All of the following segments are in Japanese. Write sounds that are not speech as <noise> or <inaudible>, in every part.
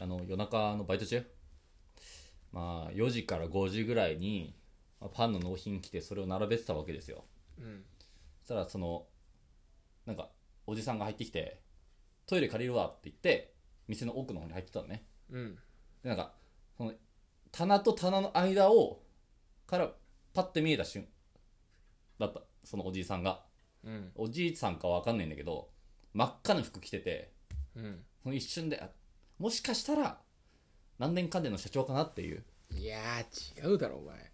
あの夜中のバイト中まあ4時から5時ぐらいにまあパンの納品来てそれを並べてたわけですようんそしたらそのなんかおじさんが入ってきて「トイレ借りるわ」って言って店の奥の方に入ってたのねうんでなんかその棚と棚の間をからパッて見えた瞬だったそのおじいさんがうんおじいさんかわかんないんだけど真っ赤な服着ててうんその一瞬であもしかしたら何年かでの社長かなっていういやー違うだろお前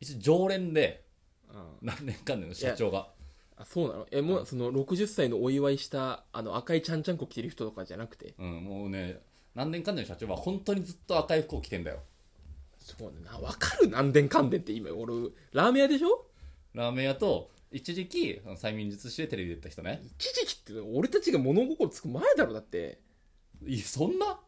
一応常連でうん何年かでの社長があそうなのえもうその60歳のお祝いしたあの赤いちゃんちゃんこ着てる人とかじゃなくてうんもうね何年かでの社長は本当にずっと赤い服を着てんだよそうだな分かる何年かんでんって今俺ラーメン屋でしょラーメン屋と一時期その催眠術師でテレビ出てた人ね一時期って俺たちが物心つく前だろだっていそんな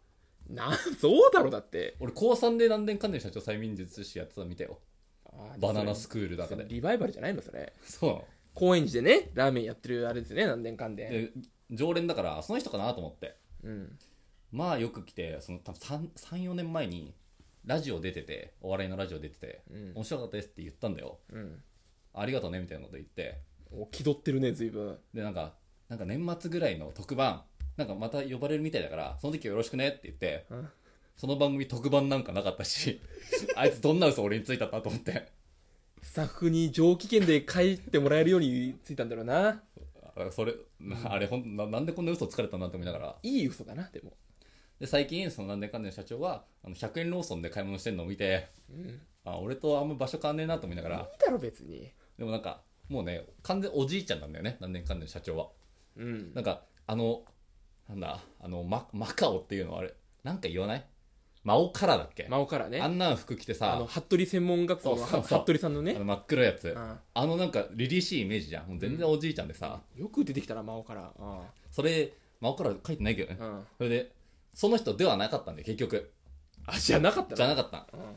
なそうだろだって俺高3で何年かでの社長催眠術師やってたの見たよあーバナナそスクールだれかでリバイバルじゃないのそれそ高円寺でねラーメンやってるあれですね何年かんうでで常連だからその人かなと思ってうんまあよく来てその多分34年前にラジオ出ててお笑いのラジオ出てて、うん面白かったですって言ったんだようんありがとうねみたいなこと言ってお気取ってるね随分でなんかなんか年末ぐらいの特番なんかまた呼ばれるみたいだからその時はよろしくねって言ってうんその番組特番なんかなかったし <laughs> あいつどんな嘘俺についたんだと思ってスタッフに上機嫌で帰ってもらえるようについたんだろうなあそれあれほんななんでこんな嘘つかれたんだって思いながらいい嘘だなでもで最近その何年かんねの社長はあの100円ローソンで買い物してるのを見て、んあ俺とあんま場所変わんねえなと思いながらいいだろ別にでもなんかもうね完全おじいちゃんなんだよね何年かんねの社長はうんなんかあのなんだあのママカオっていうのはあれなんか言わないマオカラだっけ、真央からねあんな服着てさああのの服部専門学校のそうそうそう服部さんのね真っ黒いやつ、うんあのなんか凛々しいイメージじゃんもう全然おじいちゃんでさ、よく出てきたな真央からあそれマオカラ書いてないけどね、あうんそれでその人ではなかったんで結局あじゃなかったじゃなかかったった、うん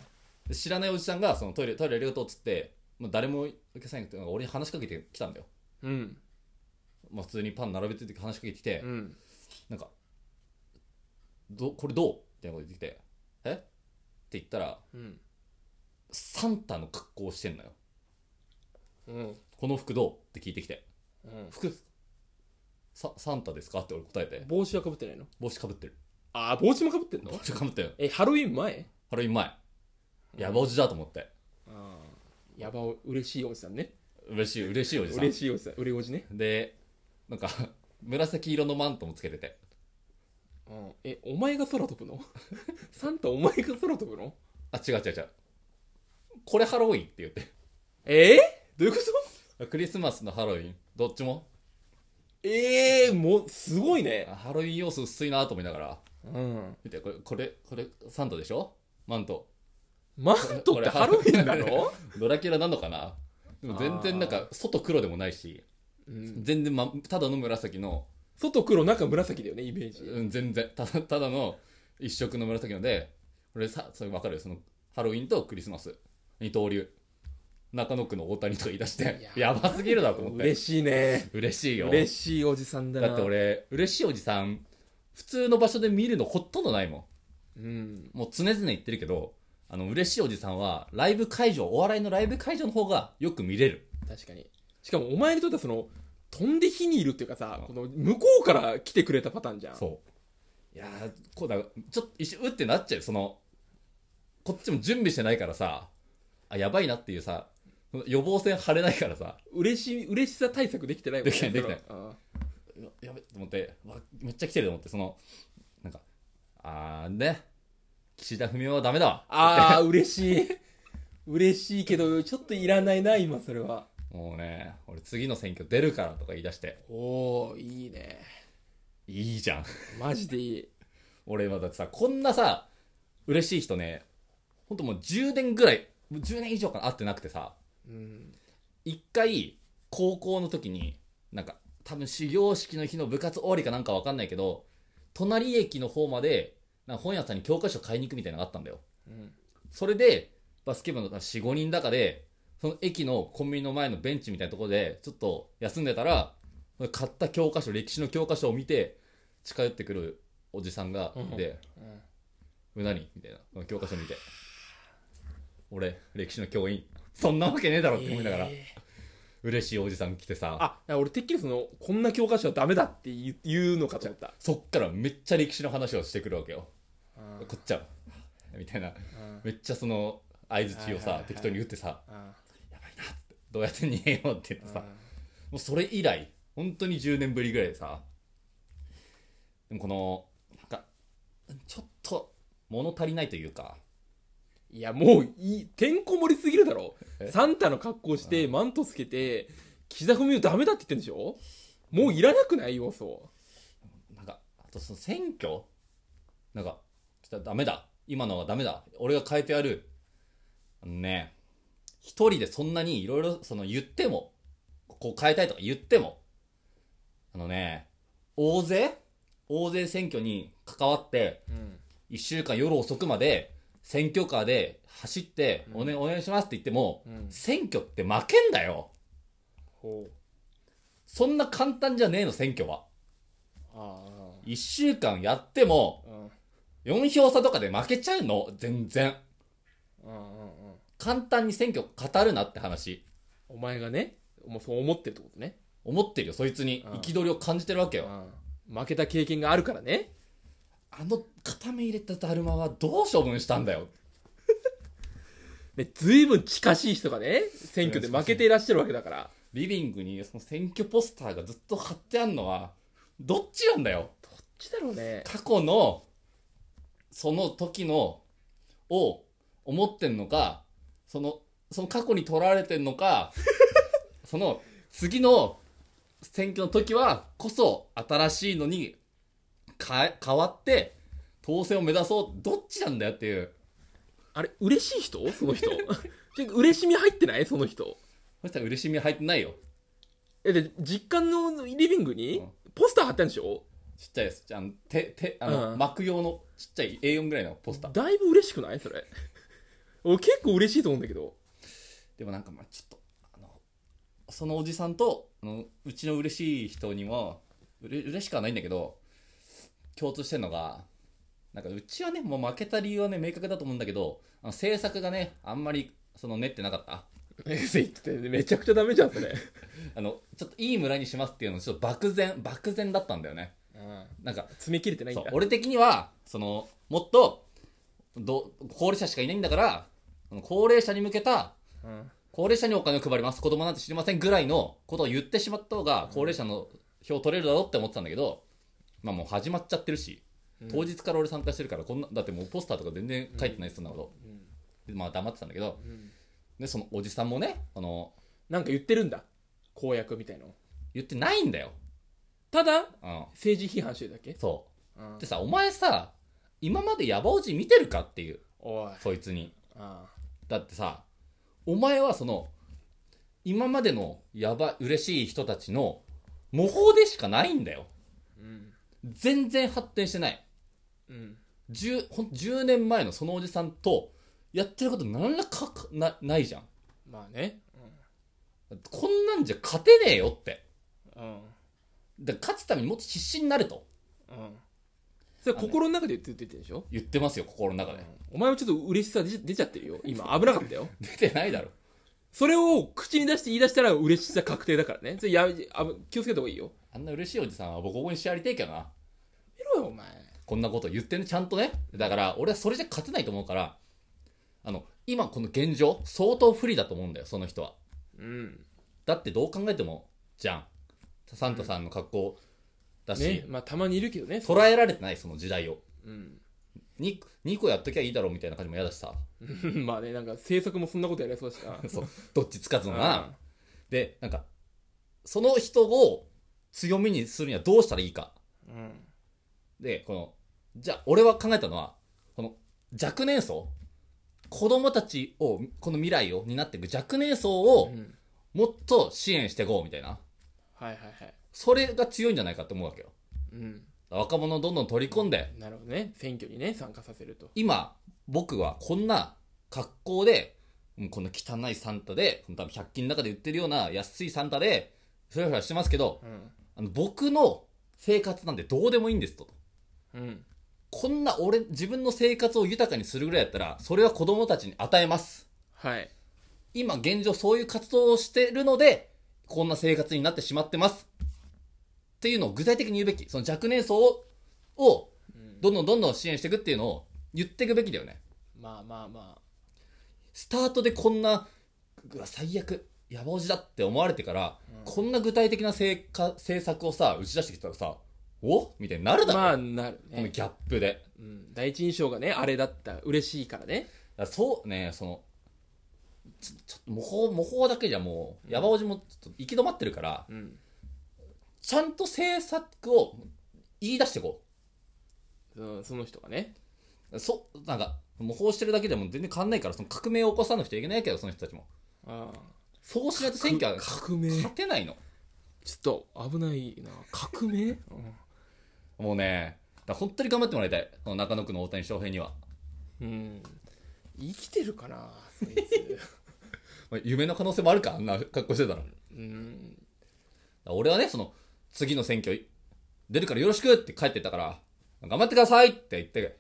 で知らないおじさんがそのトイレトイレありがとうっつって、まあ、誰もお客さんいなくて俺に話しかけてきたんだよ、うん。まあ、普通にパン並べてて話しかけてきて、うん。なんかど「これどう?」みたいなこと言ってきて「えっ?」て言ったらうん。サンタの格好をしてんのようん。 「この服どう?」って聞いてきて「服ササンタですか?」って俺答えて帽子はかぶってないの帽子かぶってるああ、帽子もかぶってん帽子かぶってるえ、ハロウィン前ハロウィン前やばおじだと思ってああ。やばお、嬉しいおじさんね。嬉しい嬉しいおじさ嬉しいおじさん、売れおじね。んでなんか紫色のマントもつけててうん。え、お前が空飛ぶの <laughs> サンタお前が空飛ぶのあ、違う違う違う。これハロウィンって言って。ええどういうことクリスマスのハロウィン、どっちも。ええもう、すごいね。あハロウィン要素薄いなと思いながら。うん。見て、これ、これ、これ、サンタでしょマント。マントってハロウィンなのドラキュラなのかなでも全然なんか、外黒でもないし、うん。全然、ま、ただの紫の、外黒、中紫だよね、イメージ。うん、全然、ただ、ただの一色の紫ので、俺さ、それわかるよその、ハロウィンとクリスマス。二刀流。中野区の大谷とか言い出して、いややばすぎるだと思って。嬉しいね。嬉しいよ。嬉しいおじさんだな。だって。俺嬉しいおじさん普通の場所で見るのほとんどないもうん。んもう常々言ってるけどあの嬉しいおじさんはライブ会場お笑いのライブ会場の方がよく見れる確かにしかもお前にとってはその飛んで火にいるっていうかさこの向こうから来てくれたパターンじゃんそういやーこうだちょっと一瞬うってなっちゃうそのこっちも準備してないからさあやばいなっていうさ予防線張れないからさ嬉しい嬉しさ対策できてないもんねできてないできてないうんうわやべと思ってうわめっちゃ来てると思ってそのなんかあーね岸田文雄はダメだわああ嬉しい嬉しいけどちょっといらないな今それはもうね俺次の選挙出るからとか言い出しておおいいねいいじゃん <laughs> マジでいい俺はだってさこんなさ嬉しい人ねほんともう10年ぐらいもう10年以上かな会ってなくてさうん一回高校の時になんか多分始業式の日の部活終わりかなんかわかんないけど隣駅の方までなんか本屋さんに教科書買いに行くみたいなのがあったんだようんそれでバスケ部の45人だかでその駅のコンビニの前のベンチみたいなところでちょっと休んでたら買った教科書歴史の教科書を見て近寄ってくるおじさんがいて、うんえ何みたいな教科書見て俺歴史の教員そんなわけねえだろって思いながら、えー嬉しいおじさん来てさあ、俺てっきりその、こんな教科書はダメだって言う言うのかと思った。そっからめっちゃ歴史の話をしてくるわけよこっちはみたいなうんめっちゃその相槌をはいはいはさい適当に打ってさうんどうやって逃げようって言ってさもうそれ以来本当に10年ぶりぐらいでさでもこのなんかちょっと物足りないというかいや、もういい、てんこ盛りすぎるだろえ。サンタの格好して、マントつけて、刻みをダメだって言ってんでしょもういらなくない要素。なんか、あとその選挙なんか、ちょっとダメだ。今のはダメだ。俺が変えてやる。あのね、一人でそんなにいろいろその言っても、こう変えたいとか言っても、あのね、大勢大勢選挙に関わって、うん。一週間夜遅くまで選挙カーで走って、おね、お願いしますって言っても、うん選挙って負けんだよ。ほう。そんな簡単じゃねえの、選挙は。あ一週間やっても、あ。うん。 4票差とかで負けちゃうの全然。うんうんうん。簡単に選挙語るなって話。お前がね、もうそう思ってるってことね。思ってるよ、そいつにうん。憤りを感じてるわけうよ。ん。負けた経験があるからね。あの、片目入れただるまはどう処分したんだよ。ね、ずいぶん近しい人がね、選挙で負けていらっしゃるわけだから。リビングにその選挙ポスターがずっと貼ってあんのは、どっちなんだよ。どっちだろうね。過去の、その時の、を思ってんのか、その、その過去に取られてんの <laughs> か、その、次の選挙の時は、こそ新しいのにかえ、変わって、当選を目指そう。どっちなんだよっていう。あれ、嬉しい人その人。 <laughs> てか嬉しみ入ってないその人。そしたら嬉しみ入ってないよ。え、で、実家のリビングにポスター貼ったんでしょちっちゃいです。あの、手、手、あの、うん幕用のちっちゃい A4 ぐらいのポスター。だいぶ嬉しくないそれ。俺結構嬉しいと思うんだけど。でもなんかまあちょっとあのそのおじさんとあのうちの嬉しい人にもうれ嬉しくはないんだけど共通してるのがなんかうちはねもう負けた理由はね明確だと思うんだけどあの政策がねあんまりその練ってなかったえ、言ってめちゃくちゃダメじゃん、それ。あのちょっといい村にしますっていうのちょっと漠然漠然だったんだよねなんか詰め切れてないんそだう。俺的にはそのもっとど高齢者しかいないんだからあの高齢者に向けたうん高齢者にお金を配ります子供なんて知りませんぐらいのことを言ってしまった方が高齢者の票取れるだろうって思ってたんだけど、まあもう始まっちゃってるし当日から俺参加してるからこんなだってもうポスターとか全然書いてないそんなこと、でまあ黙ってたんだけどうんでそのおじさんもねあのなんか言ってるんだ。公約みたいの。言ってないんだよ、ただ、うん、政治批判してるだけそうんうでさお前さ今までヤバおじ見てるかっていうおい。そいつにあだってさお前はその今までのやば嬉しい人たちの模倣でしかないんだようん。全然発展してないうん。 10, ほん10年前のそのおじさんとやってること何らかかなないじゃんまあね。こんなんじゃ勝てねえよってうん。だから勝つためにもっと必死になるとうん。それ心の中で言って言ってるでしょ言ってますよ心の中でお前もちょっと嬉しさ出ち出ちゃってるよ。今、危なかったよ。出てないだろそれを口に出して言い出したら嬉しさ確定だからね。それやめあ気をつけた方がいいよ。あんな嬉しいおじさんはボコボコにしてやりてえけどな見ろよ、お前。こんなこと言ってねちゃんとねだから俺はそれじゃ勝てないと思うからあの今この現状相当不利だと思うんだよその人はうん。だってどう考えてもじゃんサンタさんの格好だし、ね、まあたまにいるけどね。捉えられてないその時代をうん。 2, 2個やっときゃいいだろうみたいな感じも嫌だしさ <laughs> まあね、なんか制作もそんなことやりそうだしな。そうどっちつかずのなうでなんかその人を強みにするにはどうしたらいいかんうん。でこのじゃあ俺は考えたのはこの若年層子供たちをこの未来を担っていく若年層うをん。もっと支援していこうみたいなはいはいはい。それが強いんじゃないかって思うわけようん。若者をどんどん取り込んでなるほどね。選挙にね、参加させると。今僕はこんな格好でうんこの汚いサンタで多分100均の中で売ってるような安いサンタでふらふらしてますけどうん。あの僕の生活なんてどうでもいいんですとうん。こんな俺、自分の生活を豊かにするぐらいだったら、それは子供たちに与えます。はい。今現状そういう活動をしてるので、こんな生活になってしまってます。っていうのを具体的に言うべき。その若年層を、をどんどんどんどん支援していくっていうのを言っていくべきだよね。まあまあまスタートでこんな、うわ最悪、やばおじだって思われてから、こんな具体的な成果政策をさ、打ち出してきたらさ、おみたいになるあ。だろ、まあ、なるこのね。ギャップで。うん。第一印象がね、あれだったら嬉しいからね。だからそうね、その、ちょちょっと模倣、模倣だけじゃもう、山おじもちょっと行き止まってるから、うん。ちゃんと政策を言い出していこうんその人がね。う。そ、なんか、模倣してるだけでも全然変わんないから、その革命を起こさなくちゃいけないけど、その人たちも。ああ。そうしないと選挙は革命。勝てないの。ちょっと危ないな。革命、もうね、だから本当に頑張ってもらいたい。その中野区の大谷翔平には。うん、生きてるかな、そいつ。 <laughs> まあ夢の可能性もあるか、あんな格好してたら。だかうん。ら俺はね、その、次の選挙、出るからよろしくって帰ってったから、頑張ってくださいって言って、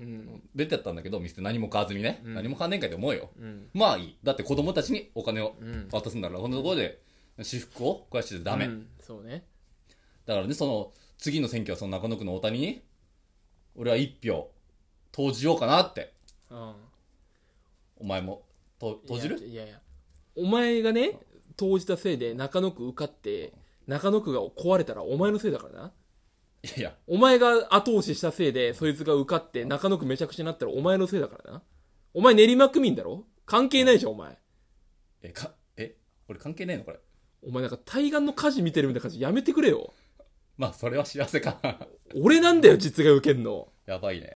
うん。出てったんだけど、店何も買わずにね、何も買わねえかって思うよ。うん。まあいい。だって子供たちにお金をうん渡すんだから、こんなところで私服を壊してちゃダメ。うんそうね。だからね、その、次の選挙はその中野区の大谷に、俺は一票投じようかなって。うん。お前も、と投じるいやいやいや。お前がね、投じたせいで中野区受かって、中野区が壊れたらお前のせいだからな。いやいや、お前が後押ししたせいで、そいつが受かって中野区めちゃくちゃになったらお前のせいだからな。お前練馬区民だろ関係ないじゃん、お前。え、か、え、俺関係ねえのこれ。お前なんか対岸の火事見てるみたいな感じやめてくれよ。まあ、それは幸せか。俺なんだよ、実が受けんの。 <laughs> やばいね。